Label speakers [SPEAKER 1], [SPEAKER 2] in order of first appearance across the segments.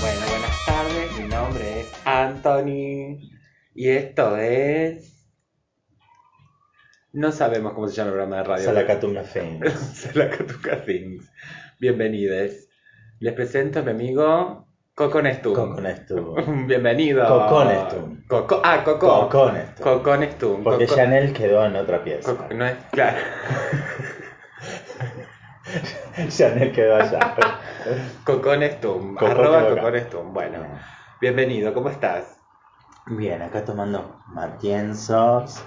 [SPEAKER 1] Bueno, buenas tardes, mi nombre es Anthony y esto es... No sabemos cómo se llama el programa de radio.
[SPEAKER 2] Salacatunga Fame.
[SPEAKER 1] Salacatuca Things. Bienvenidos. Les presento a mi amigo Coconestum.
[SPEAKER 2] Coconestum.
[SPEAKER 1] Bienvenido.
[SPEAKER 2] Coconestum.
[SPEAKER 1] Coco, ah, Coco.
[SPEAKER 2] Coconestum.
[SPEAKER 1] Coconestum.
[SPEAKER 2] Porque
[SPEAKER 1] Coco-
[SPEAKER 2] Chanel quedó en otra pieza.
[SPEAKER 1] Coco- no es, claro.
[SPEAKER 2] Chanel quedó allá.
[SPEAKER 1] Coconestum.
[SPEAKER 2] Coco
[SPEAKER 1] arroba
[SPEAKER 2] quedó acá.
[SPEAKER 1] Coconestum. Bueno, bienvenido, ¿cómo estás?
[SPEAKER 2] Bien, acá tomando matienzos.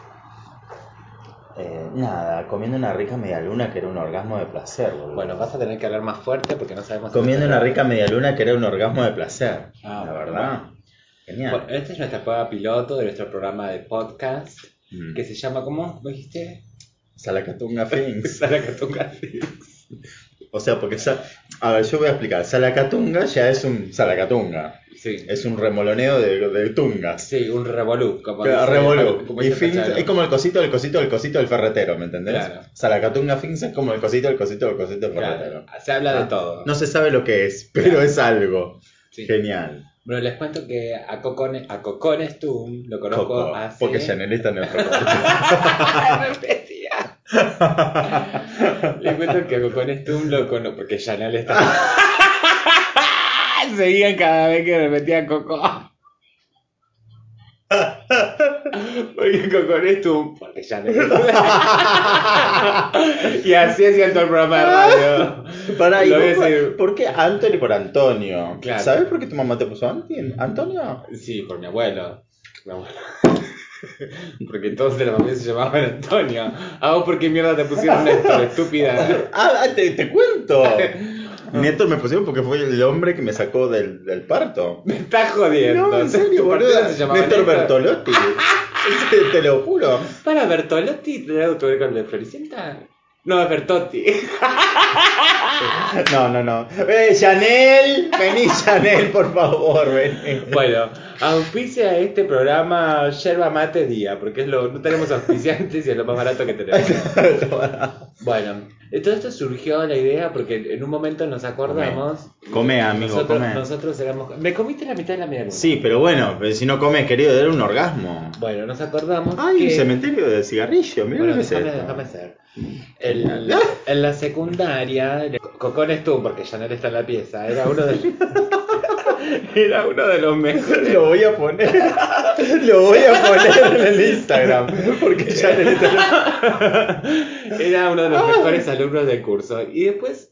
[SPEAKER 2] Eh, nada, comiendo una rica medialuna que era un orgasmo de placer, boludo.
[SPEAKER 1] Bueno, vas a tener que hablar más fuerte porque no sabemos...
[SPEAKER 2] comiendo una rica medialuna que era un orgasmo de placer.
[SPEAKER 1] Ah,
[SPEAKER 2] la verdad. Genial.
[SPEAKER 1] Bueno, esta es nuestra prueba piloto de nuestro programa de podcast
[SPEAKER 2] Mm.
[SPEAKER 1] que se llama, ¿cómo ¿Cómo dijiste?
[SPEAKER 2] Salacatunga Things.
[SPEAKER 1] Salacatunga Things.
[SPEAKER 2] O sea, porque ya. A ver, yo voy a explicar. Salacatunga ya es un Salacatunga.
[SPEAKER 1] Sí.
[SPEAKER 2] Es un remoloneo de, de tungas.
[SPEAKER 1] Sí, un revolú. Como
[SPEAKER 2] Claro,
[SPEAKER 1] dice-
[SPEAKER 2] revolú.
[SPEAKER 1] como
[SPEAKER 2] Y
[SPEAKER 1] dice
[SPEAKER 2] Finks
[SPEAKER 1] Pachano.
[SPEAKER 2] es como el cosito, el cosito, el cosito del ferretero, ¿me entendés?
[SPEAKER 1] Claro.
[SPEAKER 2] Salacatunga Finks es como el cosito, el cosito, el cosito del ferretero.
[SPEAKER 1] Claro, se habla de
[SPEAKER 2] Ah,
[SPEAKER 1] todo.
[SPEAKER 2] No se sabe lo que es, pero
[SPEAKER 1] Claro.
[SPEAKER 2] es algo.
[SPEAKER 1] Sí.
[SPEAKER 2] Genial.
[SPEAKER 1] Bueno, les cuento que a Cocone, a Cocone Stum lo conozco
[SPEAKER 2] Coco.
[SPEAKER 1] hace...
[SPEAKER 2] Porque Chanel está en el programa.
[SPEAKER 1] repetía. les cuento que a Cocone Stum lo conozco porque Chanel está... Seguían cada vez que repetía Coco. Porque Cocone Stum, porque Chanel Y así es cierto el programa de radio.
[SPEAKER 2] Pará, y
[SPEAKER 1] Lo
[SPEAKER 2] vos,
[SPEAKER 1] voy a decir.
[SPEAKER 2] ¿por qué Anthony por Antonio?
[SPEAKER 1] Claro.
[SPEAKER 2] ¿Sabes por qué tu mamá te puso Anti- Antonio?
[SPEAKER 1] Sí, por mi abuelo. Mi abuelo. Porque entonces la mamá se llamaba Antonio. Ah, vos, ¿por qué mierda te pusieron Néstor, estúpida?
[SPEAKER 2] Ah, ah, te, te cuento. Néstor me pusieron porque fue el hombre que me sacó del, del parto.
[SPEAKER 1] Me estás jodiendo.
[SPEAKER 2] No, en serio,
[SPEAKER 1] ¿Tu
[SPEAKER 2] boludo.
[SPEAKER 1] partera se
[SPEAKER 2] Néstor,
[SPEAKER 1] llamaba
[SPEAKER 2] Bertolotti. te, te lo juro.
[SPEAKER 1] Para Bertolotti, ¿te da tu ver con el de Floricienta? No, es Bertotti.
[SPEAKER 2] No, no, no. ¡Eh, Chanel! Vení, Chanel, por favor, vení.
[SPEAKER 1] Bueno, auspicia este programa Yerba Mate Día, porque es lo, no tenemos auspiciantes y es lo más barato que tenemos. Bueno, todo esto surgió la idea porque en un momento nos acordamos.
[SPEAKER 2] Come, amigo,
[SPEAKER 1] nosotros,
[SPEAKER 2] come.
[SPEAKER 1] nosotros éramos. ¿Me comiste la mitad de la media
[SPEAKER 2] Sí, pero bueno, pero si no comes, querido, era un orgasmo.
[SPEAKER 1] Bueno, nos acordamos.
[SPEAKER 2] Ay, un
[SPEAKER 1] que...
[SPEAKER 2] cementerio de cigarrillos, mira
[SPEAKER 1] Bueno,
[SPEAKER 2] lo que es
[SPEAKER 1] déjame,
[SPEAKER 2] esto.
[SPEAKER 1] déjame hacer. El- en la secundaria, el- Cocón Stum, porque Chanel está en la pieza, era uno de, era uno de los mejores.
[SPEAKER 2] Lo voy a poner. Lo voy a poner en el Instagram. Porque ya necesito.
[SPEAKER 1] Era uno de los mejores alumnos del curso. Y después,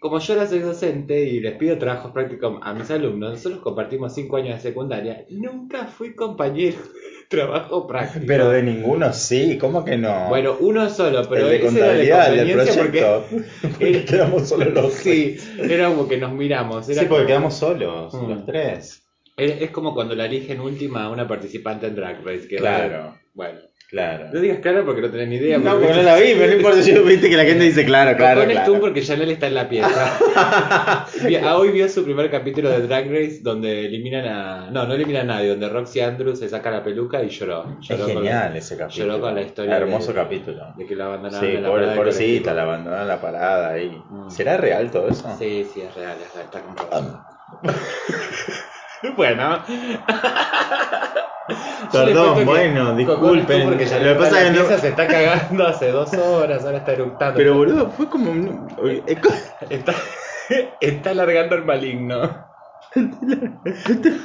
[SPEAKER 1] como yo ahora soy docente y les pido trabajos prácticos a mis alumnos, nosotros compartimos cinco años de secundaria. Nunca fui compañero de trabajo práctico.
[SPEAKER 2] Pero de ninguno sí, ¿cómo que no?
[SPEAKER 1] bueno, uno solo, pero
[SPEAKER 2] el de
[SPEAKER 1] ese era de
[SPEAKER 2] contabilidad, el del
[SPEAKER 1] conveniencia
[SPEAKER 2] proyecto.
[SPEAKER 1] porque-
[SPEAKER 2] Porque quedamos solos los tres.
[SPEAKER 1] Sí, era como que nos miramos. Era
[SPEAKER 2] Sí, porque
[SPEAKER 1] como-
[SPEAKER 2] quedamos solos,
[SPEAKER 1] Mm.
[SPEAKER 2] los tres.
[SPEAKER 1] Es, es como cuando la eligen última a una participante en Drag Race. Que va-
[SPEAKER 2] Claro.
[SPEAKER 1] bueno,
[SPEAKER 2] Claro.
[SPEAKER 1] no digas claro porque no tenés ni idea.
[SPEAKER 2] No, porque no la vi, pero no importa, yo viste que la gente dice
[SPEAKER 1] Claro,
[SPEAKER 2] claro, claro,
[SPEAKER 1] pones tú
[SPEAKER 2] claro.
[SPEAKER 1] porque Chanel está en la pieza. Vi- ah, Hoy vio su primer capítulo de Drag Race donde eliminan a. No, no eliminan a nadie, donde Roxy Andrews se saca la peluca y lloró.
[SPEAKER 2] Es
[SPEAKER 1] Lloró con-
[SPEAKER 2] genial ese capítulo.
[SPEAKER 1] lloró con la historia
[SPEAKER 2] Hermoso
[SPEAKER 1] de-
[SPEAKER 2] capítulo.
[SPEAKER 1] De que lo abandonaron
[SPEAKER 2] Sí,
[SPEAKER 1] en la
[SPEAKER 2] pobre,
[SPEAKER 1] parada del
[SPEAKER 2] pobrecita, la
[SPEAKER 1] colectivo.
[SPEAKER 2] abandonaron la parada ahí.
[SPEAKER 1] Mm.
[SPEAKER 2] ¿Será real todo eso?
[SPEAKER 1] Sí, sí, es real, es real, está comprobado.
[SPEAKER 2] Ah.
[SPEAKER 1] bueno,
[SPEAKER 2] Perdón, bueno, disculpen.
[SPEAKER 1] Porque ya
[SPEAKER 2] Lo que pasa es que no-
[SPEAKER 1] se está cagando hace dos horas, ahora está eructando.
[SPEAKER 2] Pero boludo, fue como un... es co-
[SPEAKER 1] Está, está alargando el maligno.
[SPEAKER 2] Estoy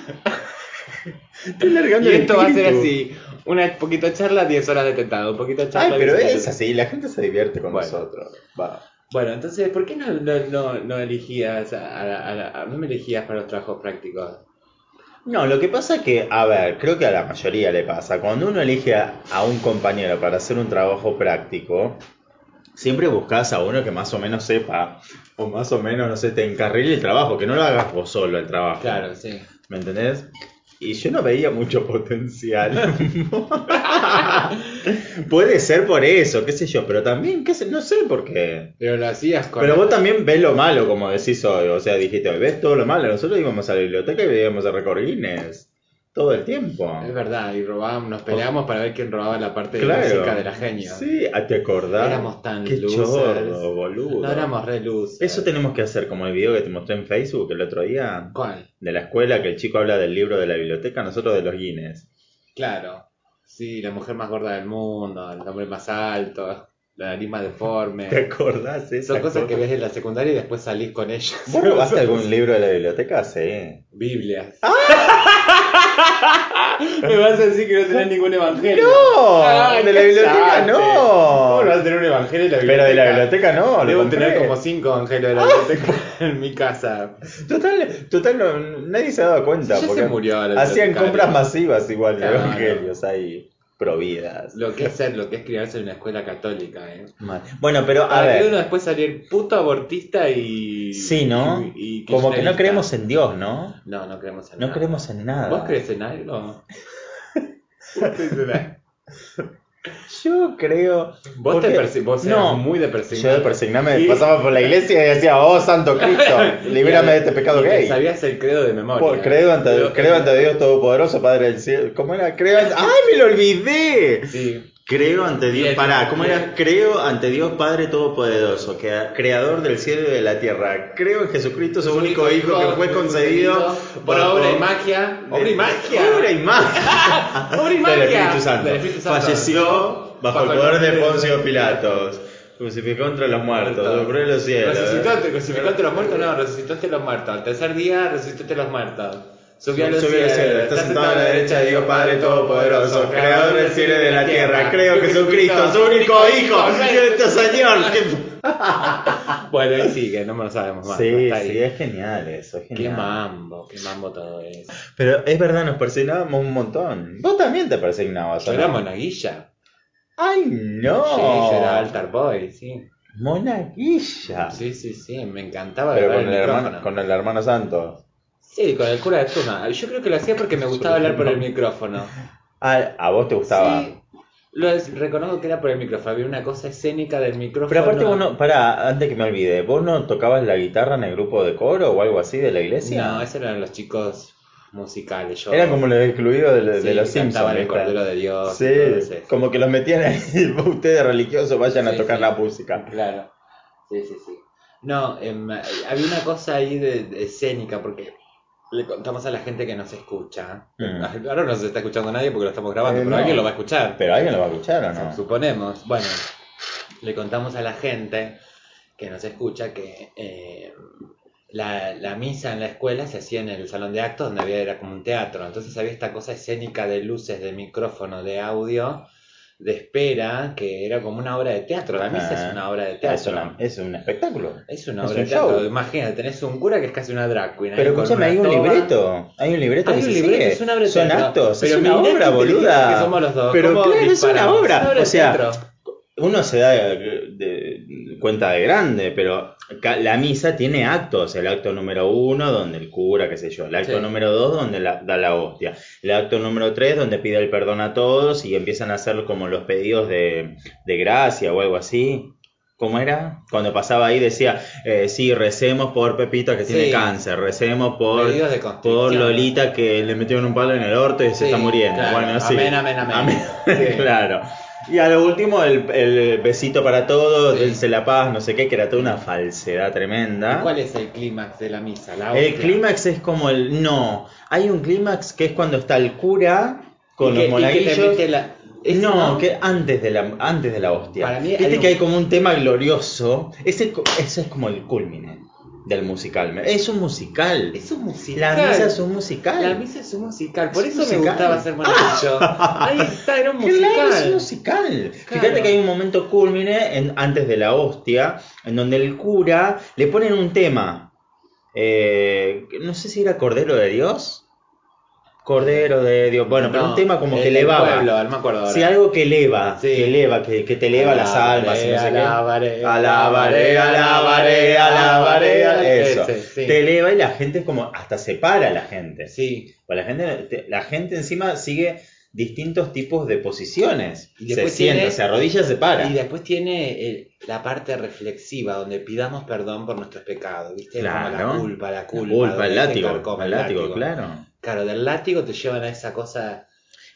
[SPEAKER 1] Y
[SPEAKER 2] largando el
[SPEAKER 1] esto va a ser
[SPEAKER 2] espíritu.
[SPEAKER 1] así. Una poquito charla, 10 horas de tentado. Un poquito
[SPEAKER 2] Ay,
[SPEAKER 1] charla.
[SPEAKER 2] pero
[SPEAKER 1] 10 horas
[SPEAKER 2] es
[SPEAKER 1] de-
[SPEAKER 2] así, la gente se divierte con
[SPEAKER 1] Bueno.
[SPEAKER 2] nosotros. Va.
[SPEAKER 1] Bueno, entonces, ¿por qué no, no, no, no elegías a, a- a- a- no me elegías para los trabajos prácticos?
[SPEAKER 2] No, lo que pasa es que, a ver, creo que a la mayoría le pasa. Cuando uno elige a, a un compañero para hacer un trabajo práctico, siempre buscas a uno que más o menos sepa, o más o menos, no sé, te encarrile el trabajo, que no lo hagas vos solo el trabajo.
[SPEAKER 1] Claro, sí.
[SPEAKER 2] ¿Me entendés? Y yo no veía mucho potencial. Puede ser por eso, qué sé yo, pero también, qué sé, no sé por qué.
[SPEAKER 1] Pero lo hacías con...
[SPEAKER 2] Pero vos también ves lo malo, como decís hoy. O sea, dijiste, hoy ves todo lo malo. Nosotros íbamos a la biblioteca y íbamos a recorrines. Todo el tiempo.
[SPEAKER 1] Es verdad, y robábamos, nos peleábamos para ver quién robaba Eh, la parte de
[SPEAKER 2] Oh. Claro.
[SPEAKER 1] música de la genio.
[SPEAKER 2] Sí, ah, ¿te acordás?
[SPEAKER 1] Éramos tan
[SPEAKER 2] Qué
[SPEAKER 1] losers.
[SPEAKER 2] chorro, boludo.
[SPEAKER 1] No éramos re luz.
[SPEAKER 2] Eso tenemos que hacer, como el video que te mostré en Facebook el otro día.
[SPEAKER 1] ¿Cuál?
[SPEAKER 2] De la escuela, que el chico habla del libro de la biblioteca, nosotros de los Guinness.
[SPEAKER 1] Claro. Sí, la mujer más gorda del mundo, el hombre más alto, la lima deforme.
[SPEAKER 2] ¿Te acordás? Esas
[SPEAKER 1] Son cosas que ves en la secundaria y después salís con ellas.
[SPEAKER 2] ¿Vos robaste algún Ah. libro de la biblioteca? Sí.
[SPEAKER 1] Biblias. Me vas a decir que no tenés ningún evangelio.
[SPEAKER 2] ¡No!
[SPEAKER 1] Ay,
[SPEAKER 2] de la biblioteca
[SPEAKER 1] callate. ¿Cómo no
[SPEAKER 2] no.
[SPEAKER 1] vas a tener un evangelio en la biblioteca?
[SPEAKER 2] Pero de la biblioteca no. lo
[SPEAKER 1] Debo
[SPEAKER 2] compré.
[SPEAKER 1] tener como cinco evangelios de la biblioteca en mi casa.
[SPEAKER 2] Total, total no- nadie se ha dado cuenta.
[SPEAKER 1] Sí, ya
[SPEAKER 2] porque
[SPEAKER 1] se murió la
[SPEAKER 2] Hacían
[SPEAKER 1] bibliotecaria.
[SPEAKER 2] compras masivas igual de
[SPEAKER 1] Claro.
[SPEAKER 2] evangelios ahí. Providas.
[SPEAKER 1] Lo que es ser, lo que es criarse en una escuela católica, ¿eh?
[SPEAKER 2] Mal. Bueno, pero a
[SPEAKER 1] Para que
[SPEAKER 2] ver.
[SPEAKER 1] uno después salir puto abortista y.
[SPEAKER 2] Sí, ¿no?
[SPEAKER 1] y- y
[SPEAKER 2] Como que no
[SPEAKER 1] kirchnerista.
[SPEAKER 2] creemos en Dios, ¿no?
[SPEAKER 1] No, no creemos en
[SPEAKER 2] No
[SPEAKER 1] nada.
[SPEAKER 2] creemos en nada.
[SPEAKER 1] ¿Vos crees en algo? ¿Vos crees en algo?
[SPEAKER 2] Yo creo.
[SPEAKER 1] Vos,
[SPEAKER 2] Porque-
[SPEAKER 1] te persi- vos eras
[SPEAKER 2] No.
[SPEAKER 1] muy de
[SPEAKER 2] Yo de
[SPEAKER 1] persignar.
[SPEAKER 2] persignarme
[SPEAKER 1] Y-
[SPEAKER 2] pasaba por la iglesia y decía, oh santo Cristo, libérame de este pecado
[SPEAKER 1] Y te
[SPEAKER 2] gay.
[SPEAKER 1] Sabías el credo de memoria.
[SPEAKER 2] Por- creo, ante,
[SPEAKER 1] Pero-
[SPEAKER 2] creo ante Dios Todopoderoso, Padre del Cielo. ¿Cómo era? Creo ante- ¡Ay, me lo olvidé!
[SPEAKER 1] Sí.
[SPEAKER 2] Creo ante Dios.
[SPEAKER 1] Bien.
[SPEAKER 2] Pará, ¿cómo era? Creo ante Dios Padre Todopoderoso, que- creador del cielo y de la tierra. Creo en Jesucristo, su único hijo, que fue concedido
[SPEAKER 1] por obra y magia. Obra y magia.
[SPEAKER 2] Obra y magia.
[SPEAKER 1] Obra y magia.
[SPEAKER 2] Del Espíritu Santo.
[SPEAKER 1] Del Espíritu Santo.
[SPEAKER 2] Falleció bajo el poder de Poncio Pilatos. Crucificó entre los muertos, sobre los cielos.
[SPEAKER 1] Resucitó, resucitó entre los muertos, no, resucitó entre los muertos. Al tercer día resucitó entre los muertos. Subió a los
[SPEAKER 2] Subí al
[SPEAKER 1] cielos.
[SPEAKER 2] cielo, está sentado a la derecha de Dios Padre Todopoderoso, Creador del cielo y de la tierra. Creo que Jesucristo, su único Hijo, nuestro Señor. que-
[SPEAKER 1] Bueno, ahí sigue, no me lo sabemos más.
[SPEAKER 2] Sí,
[SPEAKER 1] hasta ahí.
[SPEAKER 2] sí, es genial eso, es
[SPEAKER 1] Qué
[SPEAKER 2] genial.
[SPEAKER 1] mambo, qué mambo todo eso.
[SPEAKER 2] Pero es verdad, nos persignábamos un montón. Vos también te persignabas,
[SPEAKER 1] Yo
[SPEAKER 2] ¿o
[SPEAKER 1] era
[SPEAKER 2] no?
[SPEAKER 1] monaguilla.
[SPEAKER 2] ¡Ay,
[SPEAKER 1] Sí, yo era
[SPEAKER 2] no!
[SPEAKER 1] altar boy, sí.
[SPEAKER 2] Monaguilla.
[SPEAKER 1] Sí, sí, sí, me encantaba
[SPEAKER 2] Pero
[SPEAKER 1] grabar
[SPEAKER 2] con el hermano, con el hermano santo.
[SPEAKER 1] Sí, con el cura de turno. Yo creo que lo hacía porque me gustaba hablar por el micrófono.
[SPEAKER 2] Ah, a vos te gustaba.
[SPEAKER 1] Sí, lo es- reconozco que era por el micrófono. Había una cosa escénica del micrófono.
[SPEAKER 2] Pero aparte vos no, pará, antes que me olvide, ¿vos no tocabas la guitarra en el grupo de coro o algo así de la iglesia?
[SPEAKER 1] No, esos eran los chicos musicales. Yo,
[SPEAKER 2] Eran como los excluidos de, de
[SPEAKER 1] Sí,
[SPEAKER 2] los
[SPEAKER 1] que cantaban
[SPEAKER 2] Simpsons.
[SPEAKER 1] el Cordero de Dios.
[SPEAKER 2] Sí,
[SPEAKER 1] entonces.
[SPEAKER 2] como que los metían ahí, ustedes religiosos vayan a
[SPEAKER 1] Sí,
[SPEAKER 2] tocar
[SPEAKER 1] sí.
[SPEAKER 2] la música.
[SPEAKER 1] Claro. Sí, sí, sí. No, em, había una cosa ahí de, de escénica porque le contamos a la gente que nos escucha.
[SPEAKER 2] Mm.
[SPEAKER 1] Ahora no se está escuchando nadie porque lo estamos grabando,
[SPEAKER 2] Eh,
[SPEAKER 1] pero
[SPEAKER 2] no.
[SPEAKER 1] alguien lo va a escuchar.
[SPEAKER 2] Pero alguien lo va a escuchar o no.
[SPEAKER 1] Suponemos. Bueno, le contamos a la gente que nos escucha que eh, la, la misa en la escuela se hacía en el salón de actos donde había era como un teatro. Entonces había esta cosa escénica de luces, de micrófono, de audio, de espera, que era como una obra de teatro. La misa
[SPEAKER 2] Ah.
[SPEAKER 1] es una obra de
[SPEAKER 2] Es,
[SPEAKER 1] teatro.
[SPEAKER 2] una- es un espectáculo.
[SPEAKER 1] Es una
[SPEAKER 2] es
[SPEAKER 1] obra
[SPEAKER 2] un
[SPEAKER 1] de teatro.
[SPEAKER 2] show.
[SPEAKER 1] Imagínate, tenés un cura que es casi una drag queen. ahí
[SPEAKER 2] Pero
[SPEAKER 1] con
[SPEAKER 2] escúchame,
[SPEAKER 1] una
[SPEAKER 2] hay un
[SPEAKER 1] toga.
[SPEAKER 2] libreto. Hay un libreto
[SPEAKER 1] Hay
[SPEAKER 2] que
[SPEAKER 1] un
[SPEAKER 2] se
[SPEAKER 1] libreto,
[SPEAKER 2] sigue.
[SPEAKER 1] es una obra de
[SPEAKER 2] Son
[SPEAKER 1] teatro.
[SPEAKER 2] actos,
[SPEAKER 1] Pero
[SPEAKER 2] es una
[SPEAKER 1] mirá qué
[SPEAKER 2] obra,
[SPEAKER 1] inteligentes
[SPEAKER 2] boluda.
[SPEAKER 1] que somos los dos.
[SPEAKER 2] Pero
[SPEAKER 1] ¿Cómo
[SPEAKER 2] claro, es una
[SPEAKER 1] disparamos? Es una
[SPEAKER 2] obra.
[SPEAKER 1] obra
[SPEAKER 2] O
[SPEAKER 1] de
[SPEAKER 2] sea,
[SPEAKER 1] teatro.
[SPEAKER 2] uno se da eh, de- cuenta de grande, pero ca- la misa tiene actos. El acto número uno, donde el cura, qué sé yo. El acto
[SPEAKER 1] Sí.
[SPEAKER 2] número dos, donde la- da la hostia. El acto número tres, donde pide el perdón a todos y empiezan a hacer como los pedidos de, de gracia o algo así. ¿Cómo era? Cuando pasaba ahí decía, eh, sí, recemos por Pepita que tiene
[SPEAKER 1] Sí.
[SPEAKER 2] cáncer, recemos por,
[SPEAKER 1] Pedidos de
[SPEAKER 2] por
[SPEAKER 1] constricción.
[SPEAKER 2] Lolita que le metieron un palo en el orto y se
[SPEAKER 1] Sí,
[SPEAKER 2] está muriendo.
[SPEAKER 1] claro.
[SPEAKER 2] Bueno, sí.
[SPEAKER 1] Amén, amén, amén. Sí.
[SPEAKER 2] claro. Y a lo último, el, el besito para todos,
[SPEAKER 1] Sí.
[SPEAKER 2] dense la paz, no sé qué, que era toda una falsedad tremenda.
[SPEAKER 1] ¿Cuál es el clímax de la misa? La
[SPEAKER 2] El
[SPEAKER 1] hostia.
[SPEAKER 2] clímax es como el. No, hay un clímax que es cuando está el cura con
[SPEAKER 1] Y que- y que
[SPEAKER 2] los
[SPEAKER 1] te
[SPEAKER 2] monaguillos.
[SPEAKER 1] mete la- es-
[SPEAKER 2] No, que antes de la, antes de la hostia.
[SPEAKER 1] Para mí
[SPEAKER 2] Viste
[SPEAKER 1] hay un-
[SPEAKER 2] que hay como un tema glorioso. Ese, co- ese es como el culmine. del musical. Es un musical.
[SPEAKER 1] Es un musical.
[SPEAKER 2] La misa es un musical.
[SPEAKER 1] La misa es un musical. Por
[SPEAKER 2] Es
[SPEAKER 1] eso me
[SPEAKER 2] musical.
[SPEAKER 1] gustaba ser maravilloso. Ahí está, era un musical.
[SPEAKER 2] Claro, es un musical. Fíjate que hay un momento culmine en- antes de la hostia, en donde el cura le ponen un tema. Eh, no sé si era Cordero de Dios. Cordero de Dios. Bueno, pero un
[SPEAKER 1] No,
[SPEAKER 2] tema como
[SPEAKER 1] el
[SPEAKER 2] que
[SPEAKER 1] del
[SPEAKER 2] elevaba.
[SPEAKER 1] pueblo, no me acuerdo ahora.
[SPEAKER 2] Sí, algo que eleva,
[SPEAKER 1] Sí.
[SPEAKER 2] que eleva, que, que te eleva las almas. y no sé qué.
[SPEAKER 1] Alabaré,
[SPEAKER 2] Alabaré, alabaré, alabaré. Eso.
[SPEAKER 1] Ese, sí.
[SPEAKER 2] Te eleva y la gente es como, hasta separa a la gente.
[SPEAKER 1] Sí.
[SPEAKER 2] Pues la gente, te- la gente encima sigue distintos tipos de posiciones.
[SPEAKER 1] Y
[SPEAKER 2] se
[SPEAKER 1] después
[SPEAKER 2] sienta,
[SPEAKER 1] tiene-
[SPEAKER 2] se arrodilla, se para.
[SPEAKER 1] Y después tiene el- la parte reflexiva, donde pidamos perdón por nuestros pecados, ¿viste? Como
[SPEAKER 2] Claro.
[SPEAKER 1] la culpa, la
[SPEAKER 2] La
[SPEAKER 1] culpa.
[SPEAKER 2] culpa,
[SPEAKER 1] donde
[SPEAKER 2] el
[SPEAKER 1] te
[SPEAKER 2] látigo,
[SPEAKER 1] carcome
[SPEAKER 2] el látigo, claro.
[SPEAKER 1] Claro, del látigo te llevan a esa cosa.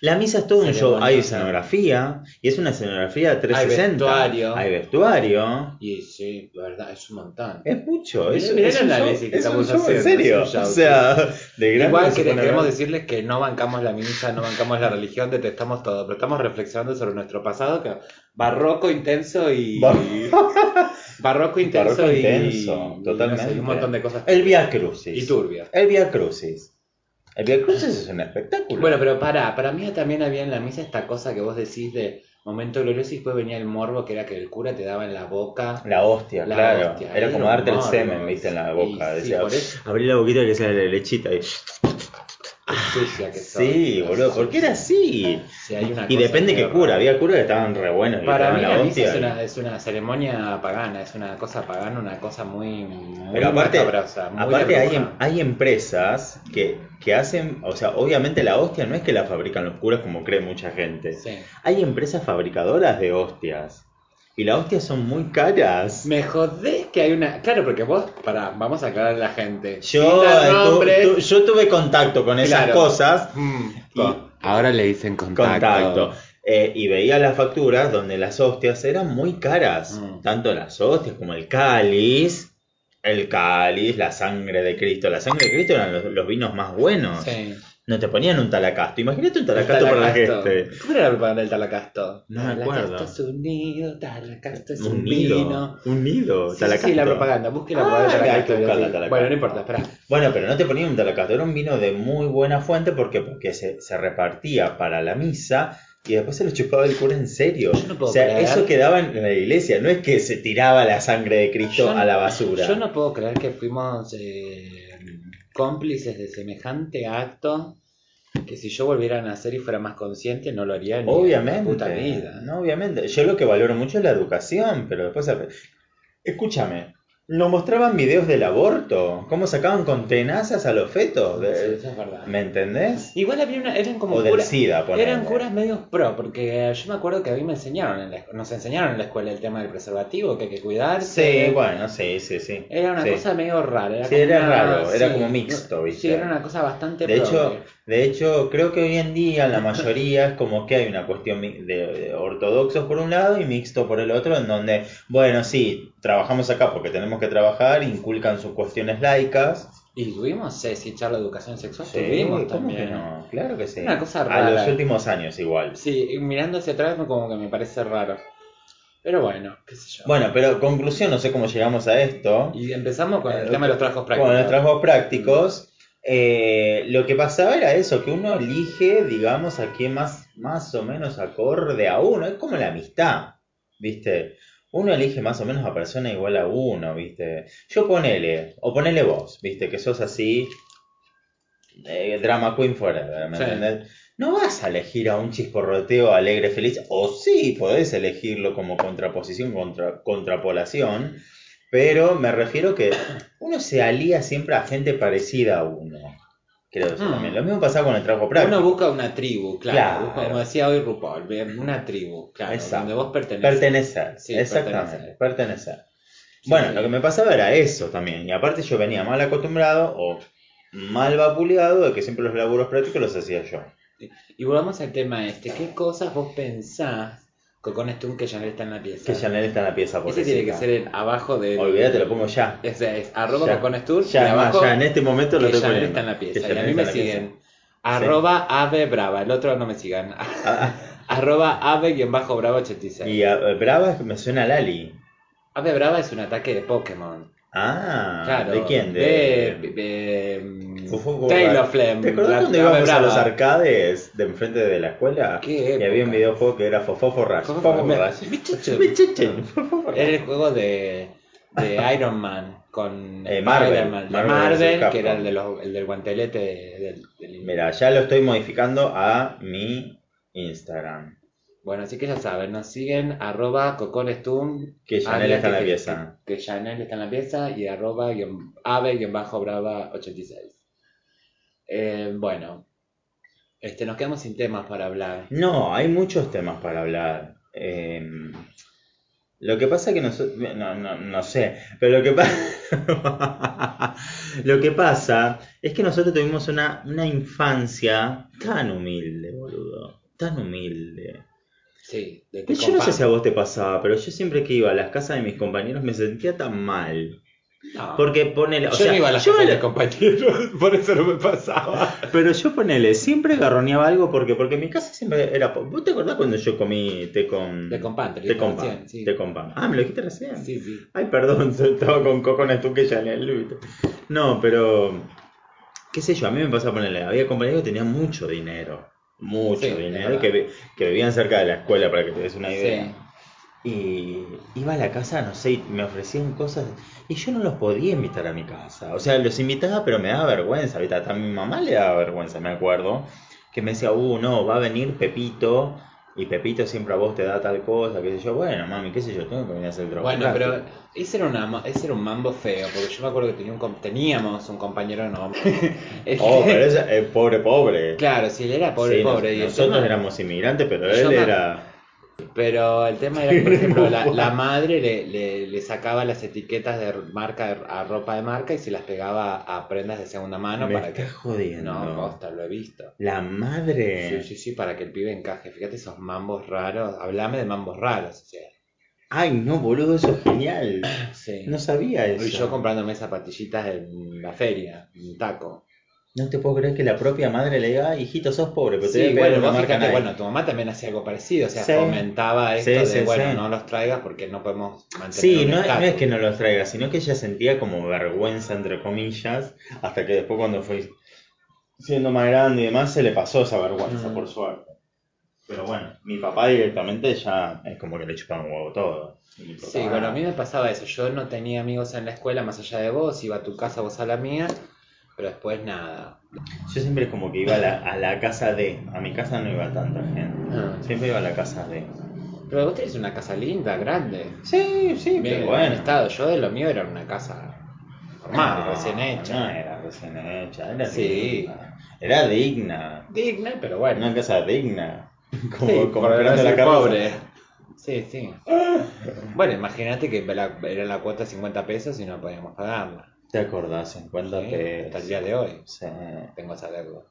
[SPEAKER 2] La misa es todo un
[SPEAKER 1] Sería
[SPEAKER 2] show.
[SPEAKER 1] bonito,
[SPEAKER 2] Hay
[SPEAKER 1] sí.
[SPEAKER 2] escenografía, y es una escenografía 360.
[SPEAKER 1] vestuario.
[SPEAKER 2] Hay vestuario.
[SPEAKER 1] Y sí, la verdad, es un montón.
[SPEAKER 2] Es mucho.
[SPEAKER 1] Mirá-
[SPEAKER 2] Es,
[SPEAKER 1] mirá
[SPEAKER 2] es
[SPEAKER 1] el
[SPEAKER 2] un show-
[SPEAKER 1] análisis que
[SPEAKER 2] es un
[SPEAKER 1] estamos
[SPEAKER 2] show en
[SPEAKER 1] haciendo,
[SPEAKER 2] serio.
[SPEAKER 1] es un show,
[SPEAKER 2] o sea, de gran
[SPEAKER 1] Igual
[SPEAKER 2] se
[SPEAKER 1] que
[SPEAKER 2] pone a
[SPEAKER 1] queremos
[SPEAKER 2] ver.
[SPEAKER 1] decirles que no bancamos la misa, no bancamos la religión, detestamos todo, pero estamos reflexionando sobre nuestro pasado, que barroco intenso y...
[SPEAKER 2] Bar-
[SPEAKER 1] barroco intenso
[SPEAKER 2] Barroco
[SPEAKER 1] y...
[SPEAKER 2] intenso,
[SPEAKER 1] y
[SPEAKER 2] totalmente.
[SPEAKER 1] no sé, y un montón de cosas.
[SPEAKER 2] El Via Crucis.
[SPEAKER 1] Y turbia.
[SPEAKER 2] El Via Crucis. El Via Crucis es un espectáculo.
[SPEAKER 1] Bueno, pero para, para mí también había en la misa esta cosa que vos decís de momento glorioso y después venía el morbo, que era que el cura te daba en la boca.
[SPEAKER 2] La hostia,
[SPEAKER 1] La
[SPEAKER 2] claro.
[SPEAKER 1] hostia,
[SPEAKER 2] era
[SPEAKER 1] era
[SPEAKER 2] como
[SPEAKER 1] un
[SPEAKER 2] darte el
[SPEAKER 1] morbo,
[SPEAKER 2] semen, viste, en la
[SPEAKER 1] sí,
[SPEAKER 2] boca.
[SPEAKER 1] sí,
[SPEAKER 2] Decía,
[SPEAKER 1] por eso.
[SPEAKER 2] abrí la boquita y que sale la lechita. Y...
[SPEAKER 1] Qué sucia que sos.
[SPEAKER 2] Ah, Sí, boludo, ¿por qué era así?
[SPEAKER 1] Sí, hay una
[SPEAKER 2] y
[SPEAKER 1] cosa
[SPEAKER 2] depende qué
[SPEAKER 1] medio
[SPEAKER 2] cura.
[SPEAKER 1] rara.
[SPEAKER 2] Había curas que estaban re buenos. que
[SPEAKER 1] Para
[SPEAKER 2] daban
[SPEAKER 1] mí la misa
[SPEAKER 2] hostia.
[SPEAKER 1] es una, es una ceremonia pagana, es una cosa pagana, una cosa muy, muy
[SPEAKER 2] Pero aparte,
[SPEAKER 1] macabrosa, muy
[SPEAKER 2] aparte
[SPEAKER 1] de
[SPEAKER 2] hay,
[SPEAKER 1] bruja.
[SPEAKER 2] em- hay empresas que, que hacen, o sea, obviamente la hostia no es que la fabrican los curas como cree mucha gente.
[SPEAKER 1] Sí.
[SPEAKER 2] Hay empresas fabricadoras de hostias. Y las hostias son muy caras.
[SPEAKER 1] Me jodés que hay una... Claro, porque vos, pará, vamos a aclarar a la gente.
[SPEAKER 2] Yo,
[SPEAKER 1] Sin
[SPEAKER 2] eh,
[SPEAKER 1] dar
[SPEAKER 2] tu-
[SPEAKER 1] nombres,
[SPEAKER 2] tu- yo tuve contacto con esas
[SPEAKER 1] Claro.
[SPEAKER 2] cosas.
[SPEAKER 1] Mm,
[SPEAKER 2] Y-
[SPEAKER 1] con- ahora le dicen contacto.
[SPEAKER 2] Contacto. Eh, y veía las facturas donde las hostias eran muy caras.
[SPEAKER 1] Mm.
[SPEAKER 2] Tanto las hostias como el cáliz. El cáliz, la sangre de Cristo. La sangre de Cristo eran los, los vinos más buenos.
[SPEAKER 1] Sí.
[SPEAKER 2] No te ponían un talacasto. Imagínate un talacasto para la gente.
[SPEAKER 1] ¿Cómo era la propaganda del Talacasto?
[SPEAKER 2] No me acuerdo.
[SPEAKER 1] Talacasto es un nido, Talacasto es un,
[SPEAKER 2] Un
[SPEAKER 1] vino.
[SPEAKER 2] nido. Un nido.
[SPEAKER 1] Sí, sí, sí, la propaganda, busque la
[SPEAKER 2] Ah,
[SPEAKER 1] propaganda del
[SPEAKER 2] hay que
[SPEAKER 1] Talacasto,
[SPEAKER 2] buscar la
[SPEAKER 1] sí.
[SPEAKER 2] Talacasto.
[SPEAKER 1] Bueno, no importa, espera.
[SPEAKER 2] Bueno, pero no te ponían un talacasto. Era un vino de muy buena fuente porque, porque se, se repartía para la misa. Y después se lo chupaba el cura en serio.
[SPEAKER 1] Yo no puedo
[SPEAKER 2] o sea,
[SPEAKER 1] creer.
[SPEAKER 2] eso quedaba en la iglesia. No es que se tiraba la sangre de Cristo
[SPEAKER 1] Yo no-
[SPEAKER 2] a la basura.
[SPEAKER 1] Yo no puedo creer que fuimos eh, cómplices de semejante acto que si yo volviera a nacer y fuera más consciente no lo haría ni
[SPEAKER 2] Obviamente.
[SPEAKER 1] en la puta vida.
[SPEAKER 2] No, obviamente. Yo lo que valoro mucho es la educación, pero después. Escúchame. Nos mostraban videos del aborto, cómo sacaban con tenazas a los fetos.
[SPEAKER 1] Sí,
[SPEAKER 2] de-
[SPEAKER 1] eso es verdad.
[SPEAKER 2] ¿Me entendés?
[SPEAKER 1] Igual había una, eran como
[SPEAKER 2] O del
[SPEAKER 1] curas,
[SPEAKER 2] SIDA, ponele.
[SPEAKER 1] eran curas medios pro, porque yo me acuerdo que a mí me enseñaron, en la escu- nos enseñaron en la escuela el tema del preservativo, que hay que cuidarse.
[SPEAKER 2] Sí, bueno, sí, sí, sí.
[SPEAKER 1] Era una
[SPEAKER 2] Sí.
[SPEAKER 1] cosa medio rara.
[SPEAKER 2] Sí,
[SPEAKER 1] como
[SPEAKER 2] era
[SPEAKER 1] una-
[SPEAKER 2] raro, era
[SPEAKER 1] sí,
[SPEAKER 2] como mixto, ¿viste?
[SPEAKER 1] Sí, era una cosa bastante
[SPEAKER 2] De
[SPEAKER 1] pro,
[SPEAKER 2] hecho,
[SPEAKER 1] porque-
[SPEAKER 2] de hecho, creo que hoy en día la mayoría es como que hay una cuestión mi- de, de ortodoxos por un lado y mixto por el otro, en donde, bueno, sí, trabajamos acá porque tenemos que trabajar, inculcan sus cuestiones laicas.
[SPEAKER 1] Y tuvimos, sí, sí, charla de educación sexual,
[SPEAKER 2] Sí,
[SPEAKER 1] tuvimos
[SPEAKER 2] ¿cómo
[SPEAKER 1] también.
[SPEAKER 2] que no? Claro que sí.
[SPEAKER 1] Una cosa
[SPEAKER 2] A
[SPEAKER 1] rara.
[SPEAKER 2] los últimos años igual.
[SPEAKER 1] Sí, y mirando hacia atrás me- como que me parece raro. Pero bueno, qué sé yo.
[SPEAKER 2] Bueno, pero conclusión, no sé cómo llegamos a esto.
[SPEAKER 1] y empezamos con el tema de los trabajos prácticos.
[SPEAKER 2] eh, Con los trabajos prácticos. eh, lo que pasaba era eso, que uno elige, digamos, a quien más, más o menos acorde a uno. Es como la amistad, ¿viste? Uno elige más o menos a persona igual a uno, ¿viste? Yo ponele, o ponele vos, ¿viste? Que sos así, eh, drama queen forever, ¿me
[SPEAKER 1] Sí.
[SPEAKER 2] entendés? No vas a elegir a un chisporroteo alegre, feliz, o sí, podés elegirlo como contraposición, contra, contrapolación, pero me refiero que uno se alía siempre a gente parecida a uno. Creo yo
[SPEAKER 1] Mm.
[SPEAKER 2] también. Lo mismo pasaba con el trabajo práctico.
[SPEAKER 1] Uno busca una tribu, claro.
[SPEAKER 2] Claro.
[SPEAKER 1] busca- como decía hoy RuPaul, bien, una tribu, claro.
[SPEAKER 2] Exacto.
[SPEAKER 1] Donde vos perteneces.
[SPEAKER 2] Pertenecer,
[SPEAKER 1] Sí,
[SPEAKER 2] exactamente, pertenecer.
[SPEAKER 1] Sí,
[SPEAKER 2] bueno,
[SPEAKER 1] sí.
[SPEAKER 2] lo que me pasaba era eso también, y aparte yo venía mal acostumbrado o mal vapuleado de que siempre los laburos prácticos los hacía yo.
[SPEAKER 1] Y volvamos al tema este. ¿Qué cosas vos pensás que con esto que Chanel está en la pieza?
[SPEAKER 2] Que Chanel está en la pieza por
[SPEAKER 1] Ese tiene que ser el abajo de...
[SPEAKER 2] Olvídate, lo pongo ya.
[SPEAKER 1] Es, es arroba
[SPEAKER 2] Ya.
[SPEAKER 1] Cocón Stur, y
[SPEAKER 2] Ya,
[SPEAKER 1] abajo
[SPEAKER 2] ya, en este momento lo
[SPEAKER 1] que
[SPEAKER 2] estoy
[SPEAKER 1] Chanel está
[SPEAKER 2] poniendo.
[SPEAKER 1] en la
[SPEAKER 2] Que
[SPEAKER 1] pieza. Y a
[SPEAKER 2] Chanel
[SPEAKER 1] mí
[SPEAKER 2] está
[SPEAKER 1] me
[SPEAKER 2] en la pieza.
[SPEAKER 1] siguen. Arroba ave brava. El otro no me sigan.
[SPEAKER 2] Ah,
[SPEAKER 1] Arroba ave-brava86.
[SPEAKER 2] y a- Brava me suena a Lali.
[SPEAKER 1] Ave Brava es un ataque de Pokémon.
[SPEAKER 2] Ah,
[SPEAKER 1] Claro.
[SPEAKER 2] ¿de quién?
[SPEAKER 1] De. de, mm,
[SPEAKER 2] Fufu Cuba.
[SPEAKER 1] Taylor Flem.
[SPEAKER 2] ¿Te acordás
[SPEAKER 1] la-
[SPEAKER 2] cuando
[SPEAKER 1] la
[SPEAKER 2] íbamos a
[SPEAKER 1] brava.
[SPEAKER 2] los arcades de enfrente de la escuela?
[SPEAKER 1] Qué
[SPEAKER 2] y había
[SPEAKER 1] época.
[SPEAKER 2] un videojuego que era Fofofo Rush.
[SPEAKER 1] Fofofo
[SPEAKER 2] Fofofo
[SPEAKER 1] Rush.
[SPEAKER 2] Rush.
[SPEAKER 1] Bichiche.
[SPEAKER 2] Bichiche. Fofofo Rush.
[SPEAKER 1] Era el juego de, de Iron Man con
[SPEAKER 2] Eh, Marvel.
[SPEAKER 1] Spider-Man. De
[SPEAKER 2] Marvel
[SPEAKER 1] Marvel,
[SPEAKER 2] versus Capcom.
[SPEAKER 1] que era el, de los- el del guantelete del, del-
[SPEAKER 2] Mira, ya lo estoy modificando a mi Instagram.
[SPEAKER 1] Bueno, así que ya saben, nos siguen arroba coconestum.
[SPEAKER 2] Que Chanel
[SPEAKER 1] Antes
[SPEAKER 2] está en la
[SPEAKER 1] que-
[SPEAKER 2] pieza.
[SPEAKER 1] Que Chanel está en la pieza y arroba guión- ave guión bajo brava 86. Eh, bueno, este, nos quedamos sin temas para hablar.
[SPEAKER 2] No, hay muchos temas para hablar. Eh, lo que pasa que no, sé- no, no, no sé, pero lo que pasa lo que pasa es que nosotros tuvimos una, una infancia tan humilde, boludo, tan humilde.
[SPEAKER 1] Sí, de
[SPEAKER 2] Pues Yo no sé si a vos te pasaba, pero yo siempre que iba a las casas de mis compañeros me sentía tan mal. Porque ponele, o
[SPEAKER 1] yo
[SPEAKER 2] sea,
[SPEAKER 1] no iba a las
[SPEAKER 2] yo
[SPEAKER 1] casas
[SPEAKER 2] a la-
[SPEAKER 1] de compañeros, por eso no me pasaba.
[SPEAKER 2] Pero yo ponele, siempre garroneaba algo porque, porque en mi casa siempre era... po- ¿Vos te acordás cuando yo comí té con...
[SPEAKER 1] De compadre,
[SPEAKER 2] Té con pan,
[SPEAKER 1] recién, sí.
[SPEAKER 2] té con pan. Ah, ¿me lo dijiste recién?
[SPEAKER 1] Sí, sí.
[SPEAKER 2] Ay, perdón, yo estaba con Coco en que ya No, pero... ¿Qué sé yo? A mí me pasa ponerle, había compañeros que tenían mucho dinero. Mucho
[SPEAKER 1] Sí, es
[SPEAKER 2] dinero,
[SPEAKER 1] verdad.
[SPEAKER 2] que, vi- que vivían cerca de la escuela, para que te des una idea.
[SPEAKER 1] Sí.
[SPEAKER 2] Y iba a la casa, no sé, y me ofrecían cosas y yo no los podía invitar a mi casa. O sea, los invitaba, pero me daba vergüenza. ¿viste? Hasta a mi mamá le daba vergüenza, me acuerdo. Que me decía, uh, no, va a venir Pepito y Pepito siempre a vos te da tal cosa. Que yo, bueno, mami, qué sé yo, tengo que venir a hacer el trabajo.
[SPEAKER 1] Bueno, pero
[SPEAKER 2] práctico".
[SPEAKER 1] ese era, una, ma- ese era un mambo feo, porque yo me acuerdo que tenía un com- teníamos un compañero no. Este,
[SPEAKER 2] Oh, pero ella es pobre, pobre.
[SPEAKER 1] Claro, si él era pobre,
[SPEAKER 2] Sí, nos-
[SPEAKER 1] pobre. y el
[SPEAKER 2] nosotros
[SPEAKER 1] tema-
[SPEAKER 2] éramos inmigrantes, pero
[SPEAKER 1] Yo
[SPEAKER 2] él
[SPEAKER 1] me-
[SPEAKER 2] era.
[SPEAKER 1] Pero el tema era que, por ejemplo, la, la madre le, le- le sacaba las etiquetas de marca de- a ropa de marca y se las pegaba a prendas de segunda mano
[SPEAKER 2] me
[SPEAKER 1] para
[SPEAKER 2] está
[SPEAKER 1] que.
[SPEAKER 2] jodiendo.
[SPEAKER 1] No, posta, lo he visto.
[SPEAKER 2] La madre.
[SPEAKER 1] Sí, sí, sí, para que el pibe encaje. Fíjate esos mambos raros. Hablame de mambos raros, o sea.
[SPEAKER 2] Ay, no, boludo, eso es genial.
[SPEAKER 1] Sí.
[SPEAKER 2] No sabía eso.
[SPEAKER 1] y yo comprándome zapatillitas en la feria, en taco.
[SPEAKER 2] No te puedo creer que la propia madre le diga, "Ay, hijito, sos pobre, pero te voy
[SPEAKER 1] Sí,
[SPEAKER 2] a pegar
[SPEAKER 1] bueno,
[SPEAKER 2] una
[SPEAKER 1] vos
[SPEAKER 2] marca
[SPEAKER 1] fíjate,
[SPEAKER 2] Nike".
[SPEAKER 1] bueno, tu mamá también hacía algo parecido, o sea,
[SPEAKER 2] Sí.
[SPEAKER 1] fomentaba esto
[SPEAKER 2] Sí,
[SPEAKER 1] de,
[SPEAKER 2] sí,
[SPEAKER 1] bueno,
[SPEAKER 2] sí.
[SPEAKER 1] no los traigas porque no podemos mantener
[SPEAKER 2] Sí,
[SPEAKER 1] un
[SPEAKER 2] no, no
[SPEAKER 1] estatus.
[SPEAKER 2] es que no los traiga, sino que ella sentía como vergüenza, entre comillas, hasta que después cuando fue siendo más grande y demás, se le pasó esa vergüenza,
[SPEAKER 1] Mm.
[SPEAKER 2] por suerte. Pero bueno, mi papá directamente ya es como que le chupaban un huevo todo. Mi papá-
[SPEAKER 1] Sí, bueno, a mí me pasaba eso, yo no tenía amigos en la escuela más allá de vos, iba a tu casa, vos a la mía, pero después nada.
[SPEAKER 2] Yo siempre como que iba a la, a la casa de, a mi casa no iba tanta gente,
[SPEAKER 1] Ah.
[SPEAKER 2] siempre iba a la casa de.
[SPEAKER 1] Pero vos tenés una casa linda, grande,
[SPEAKER 2] Sí, sí,
[SPEAKER 1] bien,
[SPEAKER 2] pero
[SPEAKER 1] en
[SPEAKER 2] bueno.
[SPEAKER 1] buen estado, yo de lo mío era una casa normal,
[SPEAKER 2] No,
[SPEAKER 1] recién
[SPEAKER 2] No
[SPEAKER 1] hecha,
[SPEAKER 2] Ah, era recién hecha, era
[SPEAKER 1] Sí.
[SPEAKER 2] digna. Era digna.
[SPEAKER 1] digna, pero bueno,
[SPEAKER 2] Una casa digna. Como,
[SPEAKER 1] Sí,
[SPEAKER 2] como
[SPEAKER 1] por
[SPEAKER 2] Fernando
[SPEAKER 1] decir
[SPEAKER 2] Lacarroza.
[SPEAKER 1] pobre. Sí, sí.
[SPEAKER 2] Ah.
[SPEAKER 1] Bueno, imagínate que la- era la cuota 50 pesos y no podíamos pagarla.
[SPEAKER 2] ¿Te acordás? 50
[SPEAKER 1] Sí, Hasta el
[SPEAKER 2] pesos.
[SPEAKER 1] día de hoy.
[SPEAKER 2] Sí.
[SPEAKER 1] Tengo esa deuda.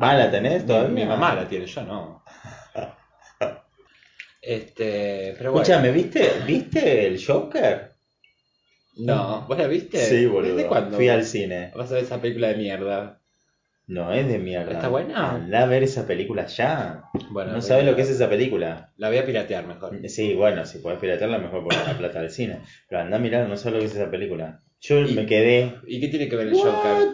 [SPEAKER 2] Ah, ¿la tenés todavía?
[SPEAKER 1] Mi mamá la tiene, yo no. Este, pero bueno.
[SPEAKER 2] Escúchame, ¿viste, ¿viste el Joker?
[SPEAKER 1] No, ¿vos la viste?
[SPEAKER 2] Sí, boludo.
[SPEAKER 1] ¿Desde cuándo?
[SPEAKER 2] Fui al cine.
[SPEAKER 1] Vas a ver esa película de mierda.
[SPEAKER 2] No, es de mierda.
[SPEAKER 1] ¿Está buena?
[SPEAKER 2] Andá a ver esa película ya.
[SPEAKER 1] Bueno,
[SPEAKER 2] no
[SPEAKER 1] la
[SPEAKER 2] sabes
[SPEAKER 1] película-
[SPEAKER 2] lo que es esa película.
[SPEAKER 1] La voy a piratear mejor.
[SPEAKER 2] Sí, bueno, si podés piratearla, mejor por la plata del cine. Pero andá a mirar, no sabes lo que es esa película. Yo
[SPEAKER 1] Y-
[SPEAKER 2] me quedé
[SPEAKER 1] ¿Y qué tiene que ver el
[SPEAKER 2] What?
[SPEAKER 1] Joker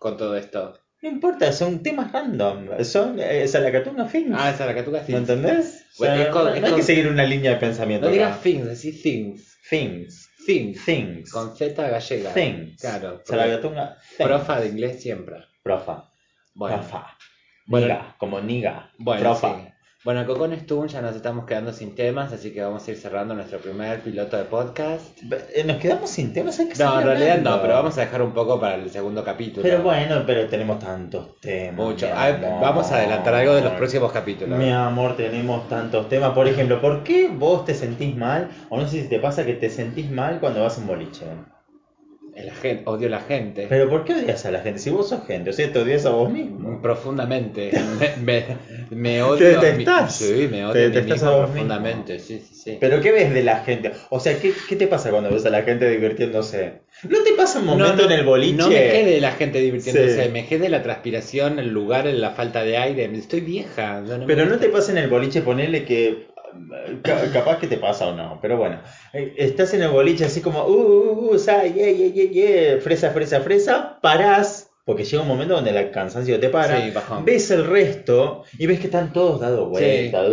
[SPEAKER 1] con todo esto?
[SPEAKER 2] No importa, son temas random. Son eh, Salacatuno Films.
[SPEAKER 1] Ah, esa la que tú casi.
[SPEAKER 2] ¿Me entendés? O sea,
[SPEAKER 1] Bueno, es con-
[SPEAKER 2] no,
[SPEAKER 1] es
[SPEAKER 2] no hay
[SPEAKER 1] con-
[SPEAKER 2] que seguir una línea de pensamiento.
[SPEAKER 1] No digas
[SPEAKER 2] acá.
[SPEAKER 1] things, decís things.
[SPEAKER 2] Things.
[SPEAKER 1] Things.
[SPEAKER 2] Things.
[SPEAKER 1] Con Z gallega.
[SPEAKER 2] Things.
[SPEAKER 1] Claro. porque
[SPEAKER 2] Salagatunga. Things.
[SPEAKER 1] Profa de inglés siempre.
[SPEAKER 2] Profa.
[SPEAKER 1] Bueno.
[SPEAKER 2] Profa.
[SPEAKER 1] Bueno.
[SPEAKER 2] Niga, como niga.
[SPEAKER 1] Bueno,
[SPEAKER 2] Profa.
[SPEAKER 1] sí. Bueno, Cocón Stun ya nos estamos quedando sin temas, así que vamos a ir cerrando nuestro primer piloto de podcast.
[SPEAKER 2] Eh, Nos quedamos sin temas. hay que
[SPEAKER 1] No, en
[SPEAKER 2] seguir
[SPEAKER 1] realidad no,
[SPEAKER 2] hablando.
[SPEAKER 1] pero vamos a dejar un poco para el segundo capítulo.
[SPEAKER 2] Pero bueno, pero tenemos tantos temas.
[SPEAKER 1] Mucho.
[SPEAKER 2] mi
[SPEAKER 1] Ah,
[SPEAKER 2] amor.
[SPEAKER 1] vamos a adelantar algo de los próximos capítulos.
[SPEAKER 2] Mi amor, tenemos tantos temas. Por ejemplo, ¿por qué vos te sentís mal? O no sé si te pasa que te sentís mal cuando vas a un boliche.
[SPEAKER 1] La gente, odio a la gente.
[SPEAKER 2] Pero ¿por qué odias a la gente? Si vos sos gente, o sea, te odias a vos mismo.
[SPEAKER 1] Profundamente. Me, me, me odio. a mí-
[SPEAKER 2] detestás.
[SPEAKER 1] Sí, me
[SPEAKER 2] Te
[SPEAKER 1] odio a mí
[SPEAKER 2] detestás
[SPEAKER 1] mismo
[SPEAKER 2] a vos
[SPEAKER 1] profundamente. Sí, sí, sí.
[SPEAKER 2] Pero ¿qué ves de la gente? O sea, ¿qué, qué te pasa cuando ves a la gente divirtiéndose? ¿No te pasa un momento en el boliche?
[SPEAKER 1] No me quede la gente divirtiéndose,
[SPEAKER 2] Sí.
[SPEAKER 1] me quede la transpiración, el lugar, la falta de aire. Estoy vieja. no, no me
[SPEAKER 2] Pero no
[SPEAKER 1] gusta.
[SPEAKER 2] te pasa en el boliche ponerle que eh, Ca- capaz que te pasa o no, pero bueno. Eh, Estás en el boliche así como, uh, uh, uh, sa, yeah, yeah, yeah, yeah, fresa, fresa, fresa, parás, porque llega un momento donde el cansancio te para,
[SPEAKER 1] Sí, bajón.
[SPEAKER 2] ves el resto y ves que están todos dados vuelta, uh, uh,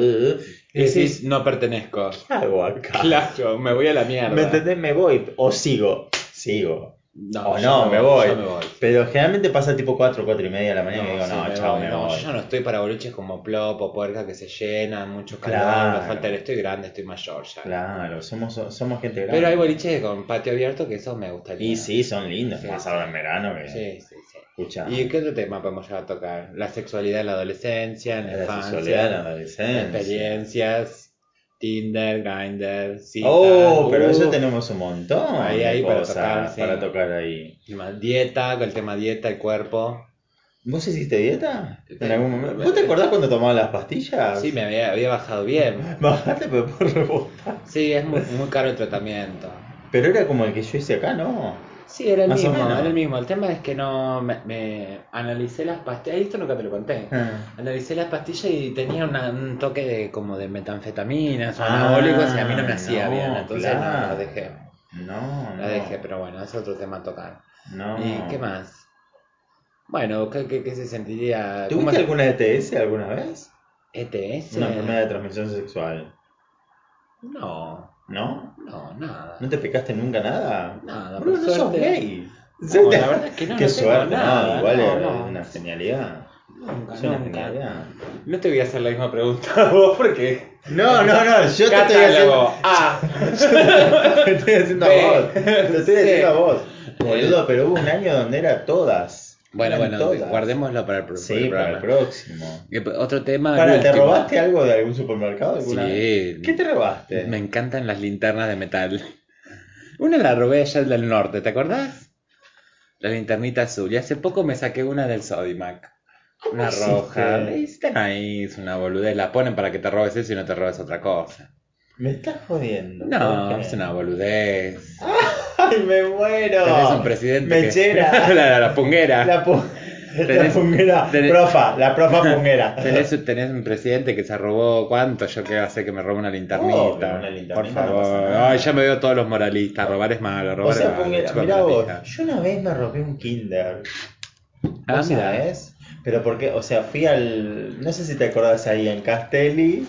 [SPEAKER 1] Y
[SPEAKER 2] y
[SPEAKER 1] decís,
[SPEAKER 2] decís,
[SPEAKER 1] no pertenezco.
[SPEAKER 2] ¿qué hago acá?
[SPEAKER 1] Claro, me voy a la mierda.
[SPEAKER 2] Ah. ¿Me entendés? Me voy, o sigo, sigo.
[SPEAKER 1] No,
[SPEAKER 2] O
[SPEAKER 1] yo
[SPEAKER 2] no, me voy.
[SPEAKER 1] yo me voy.
[SPEAKER 2] Pero generalmente pasa tipo 4, 4 y media de la mañana y digo,
[SPEAKER 1] sí,
[SPEAKER 2] no,
[SPEAKER 1] me
[SPEAKER 2] chao,
[SPEAKER 1] voy,
[SPEAKER 2] me
[SPEAKER 1] no,
[SPEAKER 2] voy.
[SPEAKER 1] Yo ya no estoy para boliches como Plop o Puerca que se llenan, mucho calor,
[SPEAKER 2] Claro.
[SPEAKER 1] me falta el- estoy grande, estoy mayor ya.
[SPEAKER 2] Claro, somos, somos gente grande.
[SPEAKER 1] Pero hay boliches con patio abierto que eso me gustaría.
[SPEAKER 2] Y sí, son lindos,
[SPEAKER 1] Sí,
[SPEAKER 2] más
[SPEAKER 1] sí.
[SPEAKER 2] ahora en verano que...
[SPEAKER 1] Sí, sí, sí.
[SPEAKER 2] Escucha,
[SPEAKER 1] ¿Y qué otro tema podemos llegar a tocar? La sexualidad en la adolescencia, en la,
[SPEAKER 2] la
[SPEAKER 1] infancia,
[SPEAKER 2] sexualidad en la adolescencia.
[SPEAKER 1] experiencias, Tinder, Grindr, citas,
[SPEAKER 2] Oh, pero
[SPEAKER 1] uh,
[SPEAKER 2] eso tenemos un montón
[SPEAKER 1] Ahí,
[SPEAKER 2] de
[SPEAKER 1] ahí para
[SPEAKER 2] cosas
[SPEAKER 1] tocar, sí.
[SPEAKER 2] para tocar ahí.
[SPEAKER 1] tema Dieta, con el tema dieta, el cuerpo.
[SPEAKER 2] ¿Vos hiciste dieta? ¿En
[SPEAKER 1] Sí.
[SPEAKER 2] algún momento? ¿Vos te acordás cuando tomabas las pastillas?
[SPEAKER 1] Sí, me había, había bajado bien.
[SPEAKER 2] Bajaste pero por rebotar.
[SPEAKER 1] Sí, es muy, muy caro el tratamiento.
[SPEAKER 2] Pero era como el que yo hice acá, ¿no?
[SPEAKER 1] Sí, era el
[SPEAKER 2] Más o
[SPEAKER 1] mismo,
[SPEAKER 2] menos.
[SPEAKER 1] era el mismo. El tema es que no me, me analicé las pastillas, esto nunca te lo conté.
[SPEAKER 2] Ah.
[SPEAKER 1] Analicé las pastillas y tenía una- un toque de, como de metanfetaminas o
[SPEAKER 2] Ah,
[SPEAKER 1] anabólicos y a mí no me hacía
[SPEAKER 2] no,
[SPEAKER 1] bien, entonces no,
[SPEAKER 2] claro.
[SPEAKER 1] la dejé.
[SPEAKER 2] No, no.
[SPEAKER 1] La dejé, pero bueno, es otro tema a tocar.
[SPEAKER 2] No.
[SPEAKER 1] ¿Y qué más? Bueno, ¿qué, qué- qué se sentiría? ¿Cómo E
[SPEAKER 2] ¿Tuviste
[SPEAKER 1] se-
[SPEAKER 2] alguna ETS alguna vez?
[SPEAKER 1] ETS?
[SPEAKER 2] Una enfermedad de transmisión sexual.
[SPEAKER 1] No,
[SPEAKER 2] ¿No?
[SPEAKER 1] no, nada.
[SPEAKER 2] ¿No te picaste nunca nada?
[SPEAKER 1] Nada,
[SPEAKER 2] Bruno,
[SPEAKER 1] por
[SPEAKER 2] no sos
[SPEAKER 1] suerte.
[SPEAKER 2] gay.
[SPEAKER 1] No, la verdad es que no,
[SPEAKER 2] Qué
[SPEAKER 1] no tengo
[SPEAKER 2] suerte,
[SPEAKER 1] nada,
[SPEAKER 2] no, igual
[SPEAKER 1] no,
[SPEAKER 2] es
[SPEAKER 1] no.
[SPEAKER 2] una genialidad.
[SPEAKER 1] Nunca,
[SPEAKER 2] Es una
[SPEAKER 1] nunca.
[SPEAKER 2] genialidad.
[SPEAKER 1] No te voy a hacer la misma pregunta a vos porque...
[SPEAKER 2] No, no, no, yo te estoy haciendo,
[SPEAKER 1] Catálogo A.
[SPEAKER 2] te estoy haciendo a
[SPEAKER 1] B,
[SPEAKER 2] vos. Te estoy
[SPEAKER 1] C.
[SPEAKER 2] haciendo a vos. Boludo, pero hubo un año donde era todas.
[SPEAKER 1] Bueno,
[SPEAKER 2] Eran
[SPEAKER 1] bueno,
[SPEAKER 2] todas.
[SPEAKER 1] guardémoslo para el, pro-
[SPEAKER 2] Sí, para el
[SPEAKER 1] programa.
[SPEAKER 2] próximo.
[SPEAKER 1] Y p- Otro tema. el
[SPEAKER 2] Para, ¿te
[SPEAKER 1] último.
[SPEAKER 2] robaste algo de algún supermercado alguna vez?
[SPEAKER 1] Sí.
[SPEAKER 2] ¿Qué te robaste?
[SPEAKER 1] Me encantan las linternas de metal. Una la robé allá del norte, ¿te acordás? La linternita azul. Y hace poco me saqué una del Sodimac. Una
[SPEAKER 2] hiciste?
[SPEAKER 1] roja. Y Están ahí, es una boludez. La ponen para que te robes eso y no te robes otra cosa.
[SPEAKER 2] Me estás jodiendo. ¿por
[SPEAKER 1] No,
[SPEAKER 2] qué?
[SPEAKER 1] es una boludez.
[SPEAKER 2] Ay, me muero.
[SPEAKER 1] Tenés un presidente. que-
[SPEAKER 2] Mechera.
[SPEAKER 1] la, la punguera.
[SPEAKER 2] La, pu- la
[SPEAKER 1] Tenés-
[SPEAKER 2] punguera.
[SPEAKER 1] tenés-
[SPEAKER 2] Profa, la profa punguera.
[SPEAKER 1] Tenés, tenés un presidente que se robó cuánto, yo qué hace que me robe una linternita.
[SPEAKER 2] Obvio, una linternita
[SPEAKER 1] por
[SPEAKER 2] no
[SPEAKER 1] favor.
[SPEAKER 2] pasa nada.
[SPEAKER 1] Ay, ya me veo todos los moralistas, robar es malo, robar
[SPEAKER 2] O sea,
[SPEAKER 1] es malo.
[SPEAKER 2] punguera,
[SPEAKER 1] chicos,
[SPEAKER 2] mirá
[SPEAKER 1] me
[SPEAKER 2] vos,
[SPEAKER 1] fija.
[SPEAKER 2] yo una vez me robé un Kinder.
[SPEAKER 1] Ah,
[SPEAKER 2] ¿Vos
[SPEAKER 1] mirá.
[SPEAKER 2] sabés? Pero porque, o sea, fui al. No sé si te acordás ahí en Castelli.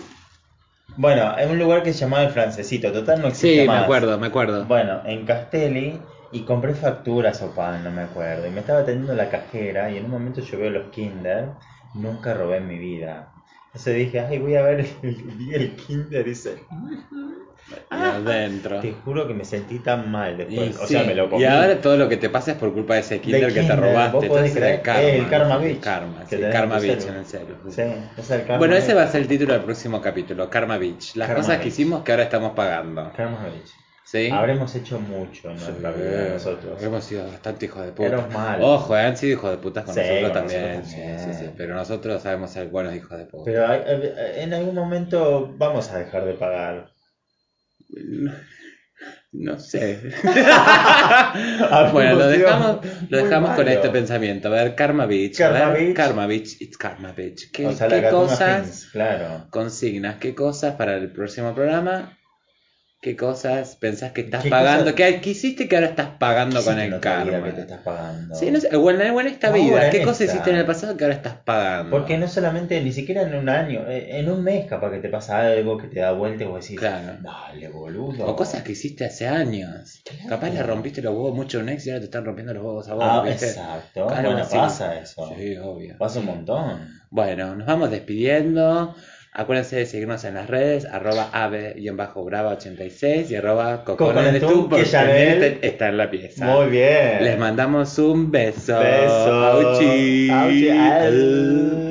[SPEAKER 2] Bueno, en un lugar que se llamaba el Francesito. Total, no
[SPEAKER 1] Sí,
[SPEAKER 2] existe
[SPEAKER 1] me
[SPEAKER 2] más.
[SPEAKER 1] acuerdo, me acuerdo.
[SPEAKER 2] Bueno, en Castelli. Y compré facturas o pan, no me acuerdo. Y me estaba atendiendo la cajera. Y en un momento yo veo los Kinder. Nunca robé en mi vida. Entonces dije, ay, voy a ver. el- Vi el Kinder. Dice,
[SPEAKER 1] Y adentro.
[SPEAKER 2] te juro que me sentí tan mal
[SPEAKER 1] Y
[SPEAKER 2] después. Pues, o
[SPEAKER 1] sí,
[SPEAKER 2] sea, me lo comí.
[SPEAKER 1] y ahora todo lo que te pasa es por culpa de ese kinder, que te
[SPEAKER 2] kinder,
[SPEAKER 1] robaste.
[SPEAKER 2] vos
[SPEAKER 1] Entonces
[SPEAKER 2] podés
[SPEAKER 1] era el
[SPEAKER 2] creer,
[SPEAKER 1] karma.
[SPEAKER 2] eh, el karma bitch.
[SPEAKER 1] El karma,
[SPEAKER 2] Que
[SPEAKER 1] sí,
[SPEAKER 2] tenés
[SPEAKER 1] karma
[SPEAKER 2] en tu
[SPEAKER 1] bitch en
[SPEAKER 2] celu.
[SPEAKER 1] el celu.
[SPEAKER 2] Sí, es el karma
[SPEAKER 1] Bueno,
[SPEAKER 2] bitch.
[SPEAKER 1] ese va a ser el título del próximo capítulo, Karma Beach. Las
[SPEAKER 2] Karma
[SPEAKER 1] cosas que
[SPEAKER 2] bitch.
[SPEAKER 1] hicimos que ahora estamos pagando.
[SPEAKER 2] Karma bitch.
[SPEAKER 1] ¿Sí?
[SPEAKER 2] Habremos hecho mucho en nuestra vida
[SPEAKER 1] Eh,
[SPEAKER 2] nosotros.
[SPEAKER 1] Hemos sido bastante hijos de puta.
[SPEAKER 2] Éramos malos.
[SPEAKER 1] Ojo, eh, han sido hijos de putas con
[SPEAKER 2] Sí,
[SPEAKER 1] nosotros
[SPEAKER 2] con
[SPEAKER 1] también.
[SPEAKER 2] nosotros también.
[SPEAKER 1] Sí, sí, sí. Pero nosotros sabemos ser buenos hijos de puta.
[SPEAKER 2] Pero hay- hay- en algún momento vamos a dejar de pagar.
[SPEAKER 1] No sé.
[SPEAKER 2] Algún
[SPEAKER 1] bueno, lo
[SPEAKER 2] motivo
[SPEAKER 1] dejamos, lo
[SPEAKER 2] muy
[SPEAKER 1] dejamos con
[SPEAKER 2] malo.
[SPEAKER 1] este pensamiento. A ver, Karma Beach. a
[SPEAKER 2] Karma
[SPEAKER 1] ver,
[SPEAKER 2] Beach.
[SPEAKER 1] Karma Beach, it's Karma Beach. ¿Qué,
[SPEAKER 2] O sea, la
[SPEAKER 1] qué
[SPEAKER 2] Gatuna
[SPEAKER 1] cosas,
[SPEAKER 2] Films, claro.
[SPEAKER 1] consignas, qué cosas para el próximo programa? ¿Qué cosas pensás que estás
[SPEAKER 2] ¿Qué
[SPEAKER 1] pagando?
[SPEAKER 2] cosas-
[SPEAKER 1] ¿Qué que hiciste que ahora estás pagando con
[SPEAKER 2] Sí,
[SPEAKER 1] el
[SPEAKER 2] no te
[SPEAKER 1] karma?
[SPEAKER 2] diga que te estás pagando.
[SPEAKER 1] Sí, no sé, bueno, en esta
[SPEAKER 2] No,
[SPEAKER 1] vida,
[SPEAKER 2] en
[SPEAKER 1] ¿qué cosas
[SPEAKER 2] esta.
[SPEAKER 1] hiciste en el pasado que ahora estás pagando?
[SPEAKER 2] Porque no solamente, ni siquiera en un año, eh, en un mes capaz que te pasa algo que te da vuelta y vos decís,
[SPEAKER 1] Claro.
[SPEAKER 2] dale boludo.
[SPEAKER 1] O cosas que hiciste hace años.
[SPEAKER 2] Claro.
[SPEAKER 1] Capaz le rompiste los huevos mucho a un ex y ahora te están rompiendo los huevos a vos,
[SPEAKER 2] Ah,
[SPEAKER 1] ¿viste?
[SPEAKER 2] exacto.
[SPEAKER 1] Algo
[SPEAKER 2] bueno,
[SPEAKER 1] así.
[SPEAKER 2] pasa eso.
[SPEAKER 1] Sí, obvio.
[SPEAKER 2] Pasa un montón.
[SPEAKER 1] Bueno, nos vamos despidiendo. Acuérdense de seguirnos en las redes, arroba ave-brava86 y arroba cocones
[SPEAKER 2] Coconetu,
[SPEAKER 1] porque
[SPEAKER 2] que Chanel
[SPEAKER 1] Chanel está en la pieza.
[SPEAKER 2] Muy bien.
[SPEAKER 1] Les mandamos un beso.
[SPEAKER 2] Beso.
[SPEAKER 1] Auchi.
[SPEAKER 2] Auchi. Au.